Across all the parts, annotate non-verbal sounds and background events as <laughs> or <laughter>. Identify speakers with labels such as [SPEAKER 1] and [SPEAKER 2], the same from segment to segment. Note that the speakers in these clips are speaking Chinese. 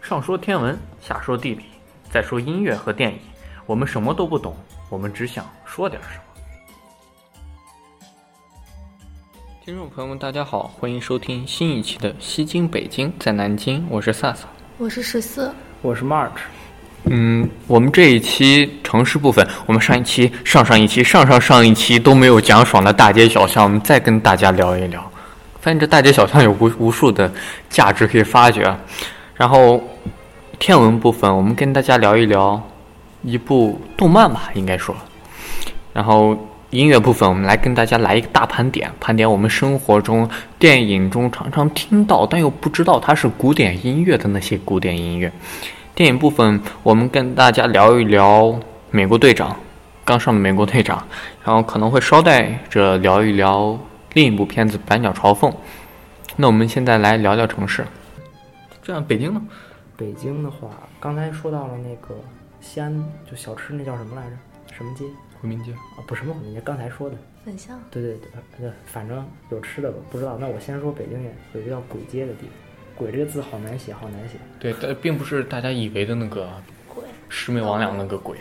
[SPEAKER 1] 上说天文，下说地理，再说音乐和电影，我们什么都不懂，我们只想说点什么。听众朋友们，大家好，欢迎收听新一期的《西京北京在南京》，我是萨萨。
[SPEAKER 2] 我是十四，
[SPEAKER 3] 我是 March，
[SPEAKER 1] 嗯，我们这一期城市部分，我们上一期、上上一期、上上上一期都没有讲爽的大街小巷，我们再跟大家聊一聊。发现这大街小巷有无无数的价值可以发掘。然后天文部分，我们跟大家聊一聊一部动漫吧，应该说。然后音乐部分，我们来跟大家来一个大盘点，盘点我们生活中、电影中常常听到但又不知道它是古典音乐的那些古典音乐。电影部分，我们跟大家聊一聊《美国队长》，刚上的《美国队长》，然后可能会捎带着聊一聊另一部片子《百鸟朝凤》。那我们现在来聊聊城市，这样北京呢？
[SPEAKER 3] 北京的话，刚才说到了那个西安，就小吃那叫什么来着？什么街
[SPEAKER 1] 回民街。
[SPEAKER 3] 啊？不，什么我们街？刚才说的，
[SPEAKER 2] 粉巷。
[SPEAKER 3] 对对对对，反正有吃的吧，不知道。那我先说北京也有一个叫簋街的地方，簋这个字好难写，好难写。
[SPEAKER 1] 对，但并不是大家以为的那个
[SPEAKER 2] 鬼
[SPEAKER 1] 魑魅魍魉那个鬼，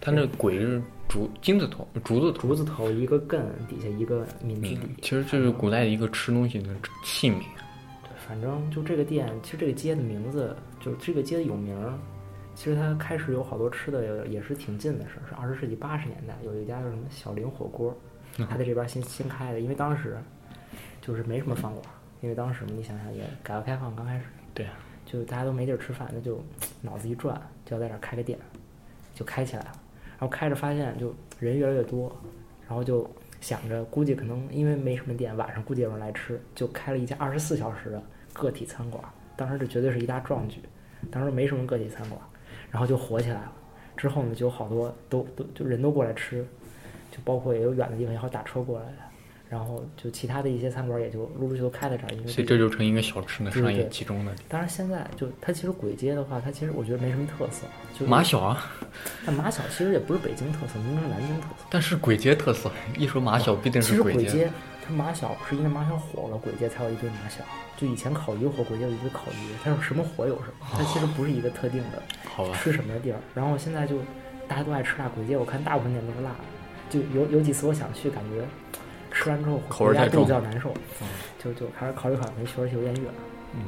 [SPEAKER 1] 他那鬼是竹金字头、竹字头，
[SPEAKER 3] 竹字头一个艮，底下一个民字底，
[SPEAKER 1] 其实就是古代的一个吃东西的器皿。
[SPEAKER 3] 对，反正就这个店，其实这个街的名字，就是这个街的有名儿。其实它开始有好多吃的，也是挺近的事儿，是二十世纪八十年代有一家叫什么小林火锅，它在这边新新开的，因为当时就是没什么饭馆儿，因为当时嘛，你想想也改革开放刚开始，
[SPEAKER 1] 对，
[SPEAKER 3] 就大家都没地儿吃饭，那就脑子一转，就要在这儿开个店，就开起来了。然后开着发现就人越来越多，然后就想着估计可能因为没什么店，晚上估计有人来吃，就开了一家二十四小时的个体餐馆。当时这绝对是一大壮举，当时没什么个体餐馆，然后就火起来了。之后呢，就有好多都都就人都过来吃，就包括也有远的地方也好打车过来的，然后就其他的一些餐馆也就陆陆续续都开在这儿，因为
[SPEAKER 1] 所
[SPEAKER 3] 毕
[SPEAKER 1] 以
[SPEAKER 3] 竟
[SPEAKER 1] 这就成一个小吃的
[SPEAKER 3] 对
[SPEAKER 1] 商业
[SPEAKER 3] 对
[SPEAKER 1] 集中的地
[SPEAKER 3] 当然，现在就它其实簋街的话，它其实我觉得没什么特色。就
[SPEAKER 1] 方。
[SPEAKER 3] 是
[SPEAKER 1] 马，小啊，
[SPEAKER 3] 但马小其实也不是北京特色，明明是南京特色。
[SPEAKER 1] 但是鬼街特色， <laughs> 一说马小必定
[SPEAKER 3] 哦其
[SPEAKER 1] 是
[SPEAKER 3] 实
[SPEAKER 1] 鬼
[SPEAKER 3] 簋
[SPEAKER 1] 街。
[SPEAKER 3] 街它马小是因为马小火了，簋街才有一堆马小。就以前烤鱼火，簋街有一堆烤鱼，它是什么火有什么，它其实不是一个特定的
[SPEAKER 1] 好吧，
[SPEAKER 3] 吃什么的地儿。然后现在就大家都爱吃辣，簋街我看大部分店都是辣的，就有有几次我想去，感觉吃完之后
[SPEAKER 1] 口味
[SPEAKER 3] 回家
[SPEAKER 1] 太重
[SPEAKER 3] 肚子要难受，就就还是考虑考虑没去，而且有点远。
[SPEAKER 1] 嗯，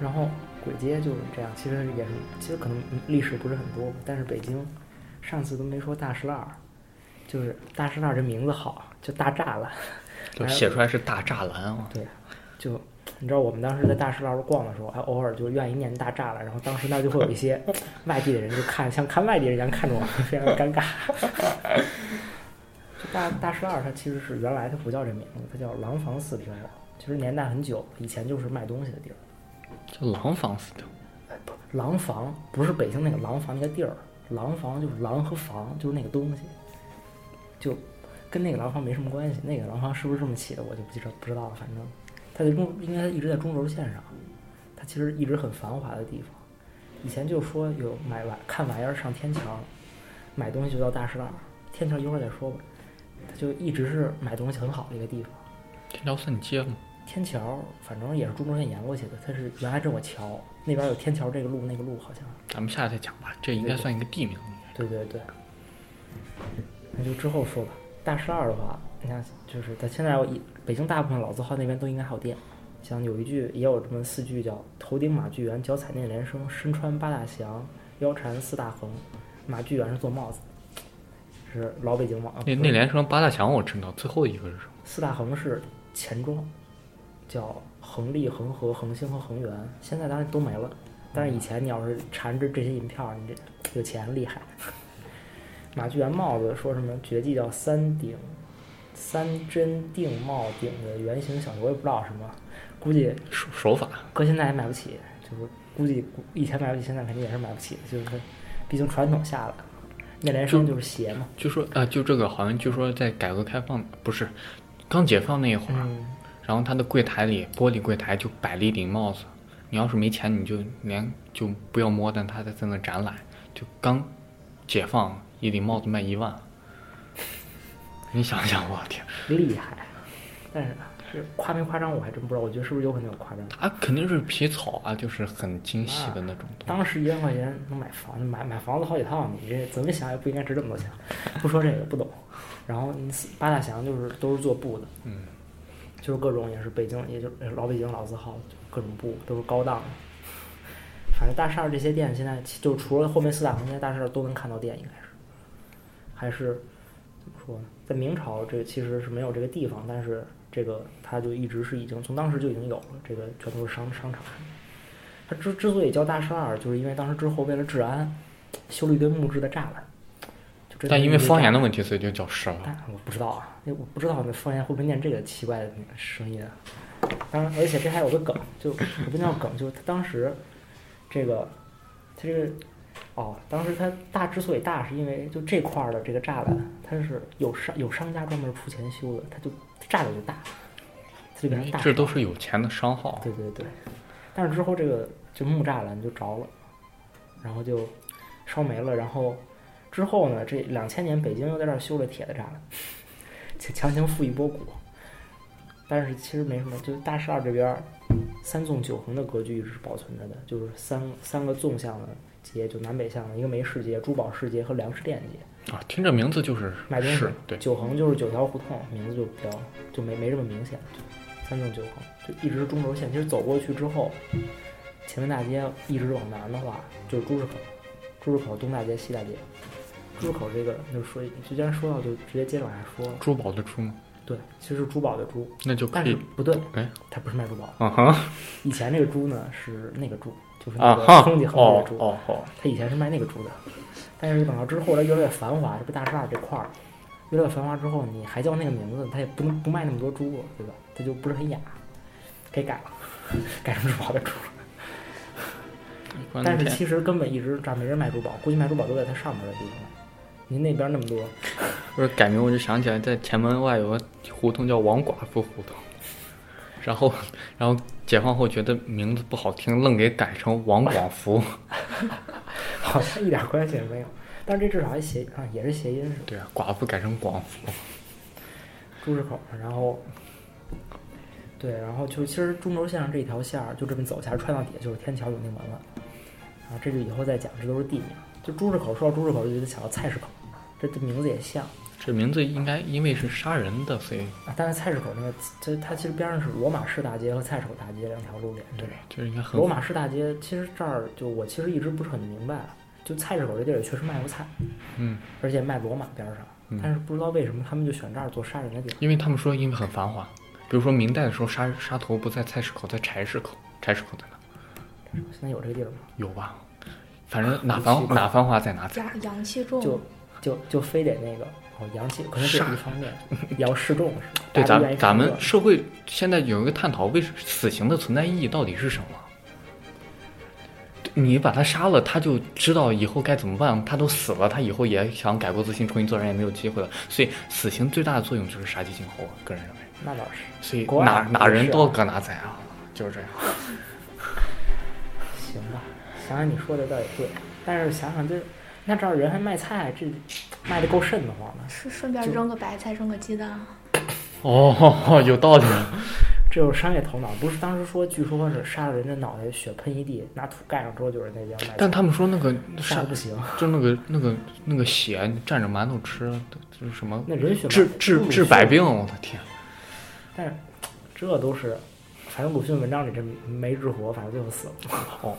[SPEAKER 3] 然后簋街就是这样，其实也是，其实可能历史不是很多，但是北京上次都没说大石烂儿，就是大石烂儿这名字好，就大栅栏。
[SPEAKER 1] 就写出来是大栅栏啊。
[SPEAKER 3] 对，就你知道我们当时在大石栏儿逛的时候，还偶尔就愿意念大栅栏，然后当时那就会有一些外地的人就看，像看外地人一样看着我们，非常尴尬。就大大石栏儿它其实是原来它不叫这名字，它叫廊坊四平楼，其实年代很久，以前就是卖东西的地儿。
[SPEAKER 1] 叫廊坊似的，
[SPEAKER 3] 哎，不，廊坊不是北京那个廊坊那个地儿，廊坊就是廊和房，就是那个东西，就跟那个廊坊没什么关系。那个廊坊是不是这么起的，我就不记着不知道了。反正它在中，应该它一直在中轴线上，它其实一直很繁华的地方。以前就说有买玩看玩意儿上天桥，买东西就到大石栏儿，天桥一会儿再说吧。它就一直是买东西很好的一个地方。
[SPEAKER 1] 这条算街吗？
[SPEAKER 3] 天桥反正也是中轴线沿过去的，它是原来这么桥，那边有天桥这个路那个路好像。
[SPEAKER 1] 咱们下来再讲吧，这应该算一个地名。
[SPEAKER 3] 对对对，那就之后说吧。大十二的话，你看，就是在现在我一北京大部分老字号那边都应该还有店，像有一句也有这么四句叫“头顶马剧园，脚踩内联升，身穿八大祥，腰缠四大横”。马剧园是做帽子的，是老北京帽。啊
[SPEAKER 1] 那
[SPEAKER 3] 不
[SPEAKER 1] 那
[SPEAKER 3] 是
[SPEAKER 1] 连城八大强我知道，最后一个是什么？
[SPEAKER 3] 四大横是钱庄，叫恒利、恒河、恒星和恒源。现在当然都没了，但是以前你要是缠着这些银票，你这有钱厉害。马聚元帽子说什么绝技叫三顶，三针定帽顶的圆形小球，我也不知道什么，估计
[SPEAKER 1] 手手法，
[SPEAKER 3] 搁现在也买不起，就是估计以前买不起，现在肯定也是买不起的，就是说毕竟传统下来，那连生就是鞋嘛。
[SPEAKER 1] 据说啊、呃就这个好像据说在改革开放不是刚解放那一会儿，
[SPEAKER 3] 嗯，
[SPEAKER 1] 然后他的柜台里玻璃柜台就摆了一顶帽子，你要是没钱你就连就不要摸，但他在在那展览，就刚解放一顶帽子 <laughs> 卖一万，你想想我天，
[SPEAKER 3] 啊厉害，但是这夸没夸张我还真不知道，我觉得是不是有可能有夸张？
[SPEAKER 1] 啊，肯定是皮草啊，就是很精细的那种东西。
[SPEAKER 3] 当时一万块钱能买房，买买房子好几套，你这怎么想也不应该值这么多钱。不说这个不懂，然后你八大祥就是都是做布的，
[SPEAKER 1] 嗯，
[SPEAKER 3] 就是各种也是北京，也就老北京老字号，就各种布都是高档的。反正大厦这些店现在就除了后面四大行街，大厦都能看到店，应该是还是怎么说呢？在明朝这个其实是没有这个地方，但是这个它就一直是已经从当时就已经有了，这个全都是商商场。它之之所以叫大厦，就是因为当时之后为了治安，修了一堆木质的栅栏。就真的
[SPEAKER 1] 但因为
[SPEAKER 3] 是一堆
[SPEAKER 1] 方
[SPEAKER 3] 栅
[SPEAKER 1] 言
[SPEAKER 3] 栏
[SPEAKER 1] 的问题，所以就叫十二。
[SPEAKER 3] 但我不知道啊，因为我不知道那方言会不会念这个奇怪的声音啊。当然，而且这还有个梗，就也不叫梗，就是他当时这个，他这个哦，当时他大之所以大，是因为就这块儿的这个栅栏，它是有商有商家专门出钱修的，它就栅栏就大，它就变成大。
[SPEAKER 1] 这都是有钱的商号。
[SPEAKER 3] 对对对，但是之后这个就木栅栏就着了，然后就烧没了，然后之后呢，这两千年北京又在这儿修了铁的栅栏， <laughs> 强强行复一波股，但是其实没什么，就是大栅这边儿三纵九横的格局一直是保存着的，就是三三个纵向的街，就南北向的一个煤市街、珠宝市街和粮食店街。
[SPEAKER 1] 啊，听这名字就是
[SPEAKER 3] 买东西
[SPEAKER 1] 是，对，
[SPEAKER 3] 九横就是九条胡同，名字就比较就没没这么明显，三纵九横就一直是中轴线。其实走过去之后，前门大街一直往南的话，就是朱市口，朱市口东大街、西大街。朱市口这个就是说，就既然说到，就直接接着往下说了。
[SPEAKER 1] 珠宝的珠吗？
[SPEAKER 3] 对，其实珠宝的珠，
[SPEAKER 1] 那就可
[SPEAKER 3] 但是
[SPEAKER 1] 以。
[SPEAKER 3] 不对，
[SPEAKER 1] 哎，
[SPEAKER 3] 它不是卖珠宝的。
[SPEAKER 1] 啊哈，
[SPEAKER 3] 以前这个珠呢是那个珠，就是那
[SPEAKER 1] 啊
[SPEAKER 3] 个
[SPEAKER 1] 哈，
[SPEAKER 3] 哼唧哼唧
[SPEAKER 1] 哦
[SPEAKER 3] 的珠。
[SPEAKER 1] 哦哦，
[SPEAKER 3] 他以前是卖那个猪的，但是等到之后来越来越繁华，这不大厦这块儿越来越繁华之后，你还叫那个名字，他也不能不卖那么多猪了，对吧？他就不是很雅，给改了，改成珠宝的珠了。
[SPEAKER 1] 关
[SPEAKER 3] 但是
[SPEAKER 1] 键
[SPEAKER 3] 其实根本一直这儿没人卖珠宝，估计卖珠宝都在他上面的地方。您那边那么多，
[SPEAKER 1] 不是改名，我就想起来，在前门外有个胡同叫王寡妇胡同，然后，然后解放后觉得名字不好听，愣给改成王广福。
[SPEAKER 3] 好像一点关系也没有。但是这至少还谐啊，也是谐音是吧？
[SPEAKER 1] 对啊，寡妇改成广福。
[SPEAKER 3] 朱市口，然后，对，然后就其实中轴线上这一条线儿，就这么走下来，穿到底下就是天桥永定门了。然后这就以后再讲，这都是地名。就朱市口，说到朱市口就觉得想到菜市口，这这名字也像
[SPEAKER 1] 这名字应该因为是杀人的，所以
[SPEAKER 3] 啊。但是菜市口那个，这它其实边上是罗马市大街和菜市口大街两条路连着
[SPEAKER 1] 对。，就是应该很
[SPEAKER 3] 罗马市大街其实这儿就我其实一直不是很明白，就菜市口这地儿确实卖过菜，
[SPEAKER 1] 嗯，
[SPEAKER 3] 而且卖罗马边上，
[SPEAKER 1] 嗯
[SPEAKER 3] 但是不知道为什么他们就选这儿做杀人的地儿。
[SPEAKER 1] 因为他们说因为很繁华，比如说明代的时候杀杀头不在菜市口，在柴市口，柴市口在哪？
[SPEAKER 3] 现在有这个地儿吗？
[SPEAKER 1] 有吧？反正哪繁哪繁华在哪在。
[SPEAKER 2] 阳阳气重，
[SPEAKER 1] 嗯
[SPEAKER 3] 就就就非得那个哦，阳气可能这也是一方面，也要适中是吧？
[SPEAKER 1] 对，咱
[SPEAKER 3] 大家都愿意
[SPEAKER 1] 咱们
[SPEAKER 3] 看热闹
[SPEAKER 1] 社会现在有一个探讨，为什死刑的存在意义到底是什么？你把他杀了，他就知道以后该怎么办。他都死了，他以后也想改过自新、重新做人也没有机会了。所以，死刑最大的作用就是杀鸡儆猴，啊个人认为。
[SPEAKER 3] 那倒是
[SPEAKER 1] 所以
[SPEAKER 3] 国外
[SPEAKER 1] 哪
[SPEAKER 3] 也
[SPEAKER 1] 哪人
[SPEAKER 3] 是
[SPEAKER 1] 多
[SPEAKER 3] 啊
[SPEAKER 1] 搁哪宰啊，就是这样。
[SPEAKER 3] 行吧。想想你说的倒也对，但是想想这那这儿人还卖菜，这卖的够瘆得慌的。
[SPEAKER 2] 是顺便扔个白菜，扔个鸡蛋。
[SPEAKER 1] 哦，有道理。
[SPEAKER 3] 这有商业头脑，不是当时说，据说是杀了人的脑袋血喷一地，拿土盖上之后就是那边卖菜。
[SPEAKER 1] <laughs> 但他们说那个杀
[SPEAKER 3] 杀的不，行，
[SPEAKER 1] 就那个那个那个血，你蘸着馒头吃，就是什么
[SPEAKER 3] 那人血
[SPEAKER 1] 治
[SPEAKER 3] 馒头
[SPEAKER 1] 治
[SPEAKER 3] 不
[SPEAKER 1] 治
[SPEAKER 3] 如
[SPEAKER 1] 百
[SPEAKER 3] 血
[SPEAKER 1] 病。我的天！
[SPEAKER 3] 但是这都是，反正鲁迅文章里这没治活，反正最后死了。
[SPEAKER 1] 哦，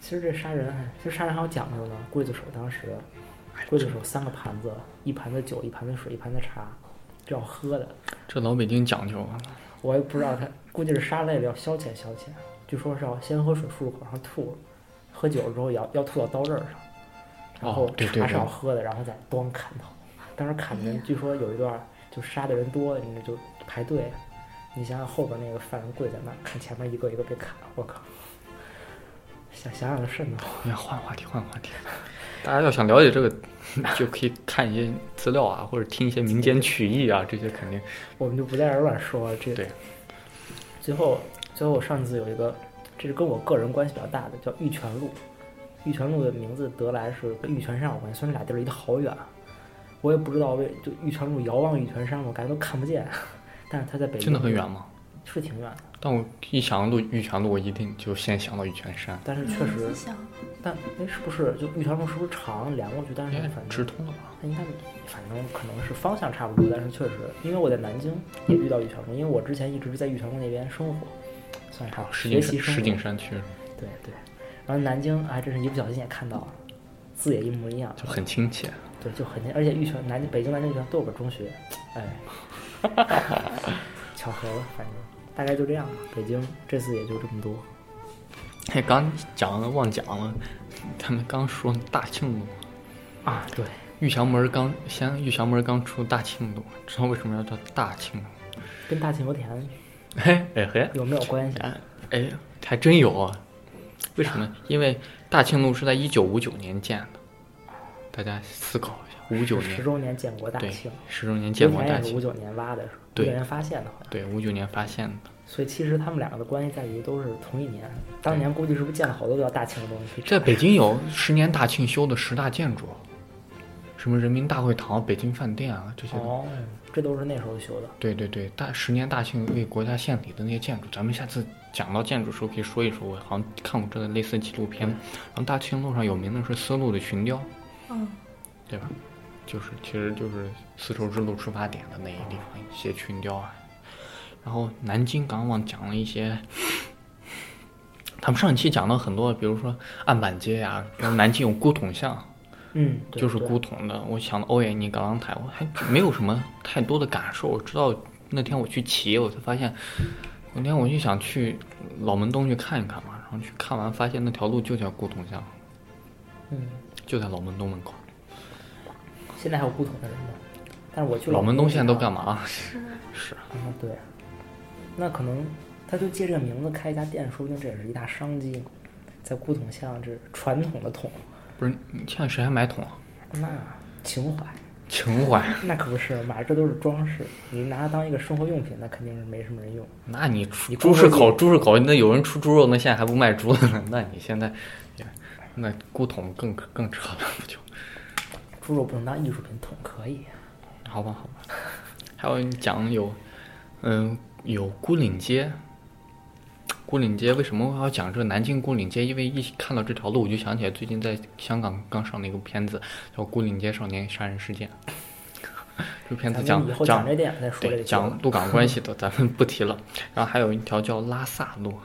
[SPEAKER 3] 其实这杀人还，其实杀人还有讲究呢。刽子手当时，
[SPEAKER 1] 哎
[SPEAKER 3] 刽子手三个盘子，一盘子酒，一盘子水，一盘子茶，这要喝的。
[SPEAKER 1] 这老北京讲究啊。
[SPEAKER 3] 我也不知道他，估计是杀累了要消遣消遣。据说是要先喝水漱口，然后吐了，喝酒之后也要要吐到刀刃上，然后
[SPEAKER 1] 哦对对
[SPEAKER 3] 茶是
[SPEAKER 1] 对哎
[SPEAKER 3] 要喝的，然后再咣砍头。当时砍人，据说有一段就杀的人多，你就排队。啊你想想后边那个犯人跪在那儿看前面一个一个被砍，我靠！想想想就瘆得慌。
[SPEAKER 1] 哎呀，换话题，换话题。大家要想了解这个， <laughs> 就可以看一些资料啊，或者听一些民间曲艺啊，这些肯定
[SPEAKER 3] 我们就不在这儿乱说了。这
[SPEAKER 1] 对。
[SPEAKER 3] 最后，最后我上次有一个，这是跟我个人关系比较大的，叫玉泉路。玉泉路的名字得来是跟玉泉山有关系，虽然俩地儿离得好远，啊我也不知道为就玉泉路遥望玉泉山，我感觉都看不见。啊 <laughs> 但是它在北京
[SPEAKER 1] <laughs> 真的很远吗？
[SPEAKER 3] 是挺远的，
[SPEAKER 1] 但我一想到玉泉路，我一定就先想到玉泉山，
[SPEAKER 3] 但是
[SPEAKER 2] 你
[SPEAKER 3] 确实，
[SPEAKER 2] 自想
[SPEAKER 3] 但哎是不是就玉泉路是不是长连过去？但是
[SPEAKER 1] 应该
[SPEAKER 3] 反
[SPEAKER 1] 直
[SPEAKER 3] 正
[SPEAKER 1] 通了吧？
[SPEAKER 3] 它应该反正可能是方向差不多，但是确实，因为我在南京也遇到玉泉路，因为我之前一直在玉泉路那边生活，算是啥
[SPEAKER 1] 哦石
[SPEAKER 3] 学
[SPEAKER 1] 景
[SPEAKER 3] 习
[SPEAKER 1] 山，
[SPEAKER 3] 生
[SPEAKER 1] 石
[SPEAKER 3] 活。
[SPEAKER 1] 景山区
[SPEAKER 3] 对对，然后南京哎还真是一不小心也看到了，字也一模一样，
[SPEAKER 1] 就很亲切。
[SPEAKER 3] 对，就很近，而且玉泉南京、北京南京玉泉都有个中学，
[SPEAKER 1] <laughs>
[SPEAKER 3] 哎，巧合吧，反正大概就这样吧。北京这次也就这么多。
[SPEAKER 1] 哎，刚讲了忘讲了，他们刚说大庆路，
[SPEAKER 3] 啊，对，
[SPEAKER 1] 玉祥门刚先玉祥门刚出大庆路，知道为什么要叫大庆路？
[SPEAKER 3] 跟大庆油田
[SPEAKER 1] 嘿，哎嘿，
[SPEAKER 3] 有没有关系？
[SPEAKER 1] 哎哎，还真有啊！为什么？因为大庆路是在一九五九年建的，大家思考一下，五九
[SPEAKER 3] 十
[SPEAKER 1] 年
[SPEAKER 3] 周年建国大
[SPEAKER 1] 对
[SPEAKER 3] 庆，
[SPEAKER 1] 十周年建
[SPEAKER 3] 油
[SPEAKER 1] 国
[SPEAKER 3] 田
[SPEAKER 1] 大
[SPEAKER 3] 也是五
[SPEAKER 1] 庆，
[SPEAKER 3] 九年挖的，是吧五
[SPEAKER 1] 对
[SPEAKER 3] 九年发现的，好像。
[SPEAKER 1] 对，五九年发现的。
[SPEAKER 3] 所以其实他们两个的关系在于都是同一年，当年估计是不是建了好多叫大庆的东西？可以
[SPEAKER 1] 在
[SPEAKER 3] 查
[SPEAKER 1] 北京有十年大庆修的十大建筑，啊什么人民大会堂、北京饭店啊这些。
[SPEAKER 3] 哦，这都是那时候修的。
[SPEAKER 1] 对对对，大十年大庆为国家献礼的那些建筑，咱们下次讲到建筑时候可以说一说。我好像看过这个类似纪录片。然后大庆路上有名的是丝路的群雕，
[SPEAKER 2] 嗯，
[SPEAKER 1] 对吧？就是其实就是丝绸之路出发点的那一地方一些群雕啊。然后南京港网讲了一些，他们上一期讲了很多，比如说案板街呀、然后南京有古董巷。
[SPEAKER 3] 嗯，对
[SPEAKER 1] 就是
[SPEAKER 3] 对
[SPEAKER 1] 古董的。我想到哦欧耶尼格朗台，我还没有什么太多的感受。直到那天我去骑，我才发现，那天我就想去老门东去看一看嘛，然后去看完发现那条路就叫古董巷，
[SPEAKER 3] 嗯，
[SPEAKER 1] 就在老门东门口。
[SPEAKER 3] 现在还有古董的人吗？但是我去
[SPEAKER 1] 老门东现在都
[SPEAKER 3] 干。
[SPEAKER 1] 干嘛？
[SPEAKER 2] 是
[SPEAKER 1] 是
[SPEAKER 3] 啊，对，那可能他就借这个名字开一家店，说不定这也是一大商机。在古董巷这传统的桶，
[SPEAKER 1] <laughs> 不是？你现在谁还买桶啊？
[SPEAKER 3] 那情怀，
[SPEAKER 1] 情怀？
[SPEAKER 3] 那可不是，买这都是装饰，你拿它当一个生活用品，那肯定是没什么人用。
[SPEAKER 1] 那你出
[SPEAKER 3] 你
[SPEAKER 1] 猪
[SPEAKER 3] 光
[SPEAKER 1] 市
[SPEAKER 3] 说
[SPEAKER 1] 口，猪市口那有人出猪肉，那现在还不卖猪呢？ <laughs> 那你现在，那古董更更扯了，不就？
[SPEAKER 3] 猪肉不能当艺术品，桶可以。
[SPEAKER 1] 好吧，好吧。还有你讲有，嗯、有孤岭街。孤岭街为什么我要讲这个南京孤岭街？因为一看到这条路，我就想起来最近在香港刚上的一个片子，叫《孤岭街少年杀人事件》。这片子
[SPEAKER 3] 咱
[SPEAKER 1] 讲
[SPEAKER 3] 们以后
[SPEAKER 1] 讲
[SPEAKER 3] 这点再说这
[SPEAKER 1] 对
[SPEAKER 3] 个
[SPEAKER 1] 讲
[SPEAKER 3] 地
[SPEAKER 1] 陆港关系的，咱们不提了。然后还有一条叫拉萨路，
[SPEAKER 3] 方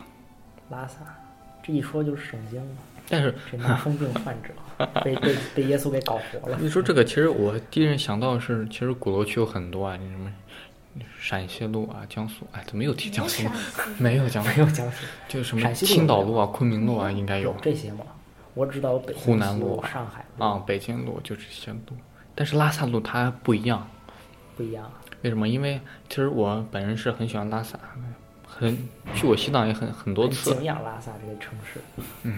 [SPEAKER 3] 拉萨，这一说就是圣经了。
[SPEAKER 1] 但是
[SPEAKER 3] 这麻风病患
[SPEAKER 1] <laughs>
[SPEAKER 3] 者被被被耶稣给搞活了。
[SPEAKER 1] 你说这个，其实我第一人想到的是，其实鼓楼区有很多啊，你什么陕西路啊、江苏，哎，怎么又提江苏？ <laughs> 没有江苏，
[SPEAKER 3] 没有讲述
[SPEAKER 1] 就是什么
[SPEAKER 3] 陕西路
[SPEAKER 1] 青岛
[SPEAKER 3] 有嗯
[SPEAKER 1] 路啊、昆明路啊，应该有
[SPEAKER 3] 这些吗？我只知道有北京
[SPEAKER 1] 湖南路
[SPEAKER 3] 有上海路
[SPEAKER 1] 啊。北京路就这些路，但是拉萨路它不一样，
[SPEAKER 3] 不一样。
[SPEAKER 1] 为什么？因为其实我本人是很喜欢拉萨，很去过西藏也很很多
[SPEAKER 3] 很
[SPEAKER 1] 次
[SPEAKER 3] 敬，仰拉萨这个城市。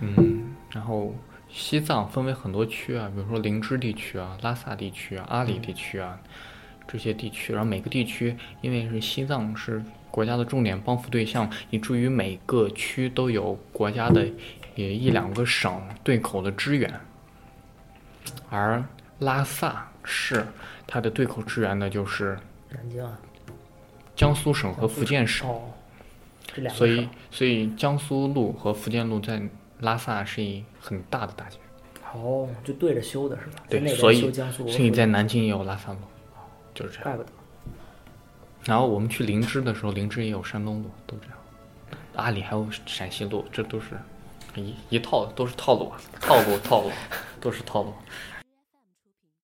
[SPEAKER 1] 嗯，然后。西藏分为很多区啊，比如说林芝地区啊、拉萨地区啊、阿里地区啊，这些地区。然后每个地区，因为是西藏是国家的重点帮扶对象，以至于每个区都有国家的也一两个省对口的支援。而拉萨市它的对口支援呢，就是
[SPEAKER 3] 南京啊，
[SPEAKER 1] 江苏省和福建省，
[SPEAKER 3] 哦，这两个
[SPEAKER 1] 所以
[SPEAKER 3] 省
[SPEAKER 1] 所以江苏路和福建路在拉萨是一很大的大街，
[SPEAKER 3] 哦，就对着修的是吧？
[SPEAKER 1] 对
[SPEAKER 3] 就那
[SPEAKER 1] 所
[SPEAKER 3] 边
[SPEAKER 1] 以
[SPEAKER 3] 修江苏，
[SPEAKER 1] 所以在南京也有拉萨路，就是这样。
[SPEAKER 3] 怪不得
[SPEAKER 1] 然后我们去林芝的时候，林芝也有山东路，都这样。阿里还有陕西路，这都是一一套，都是套路，啊，套路，套路，都是套路。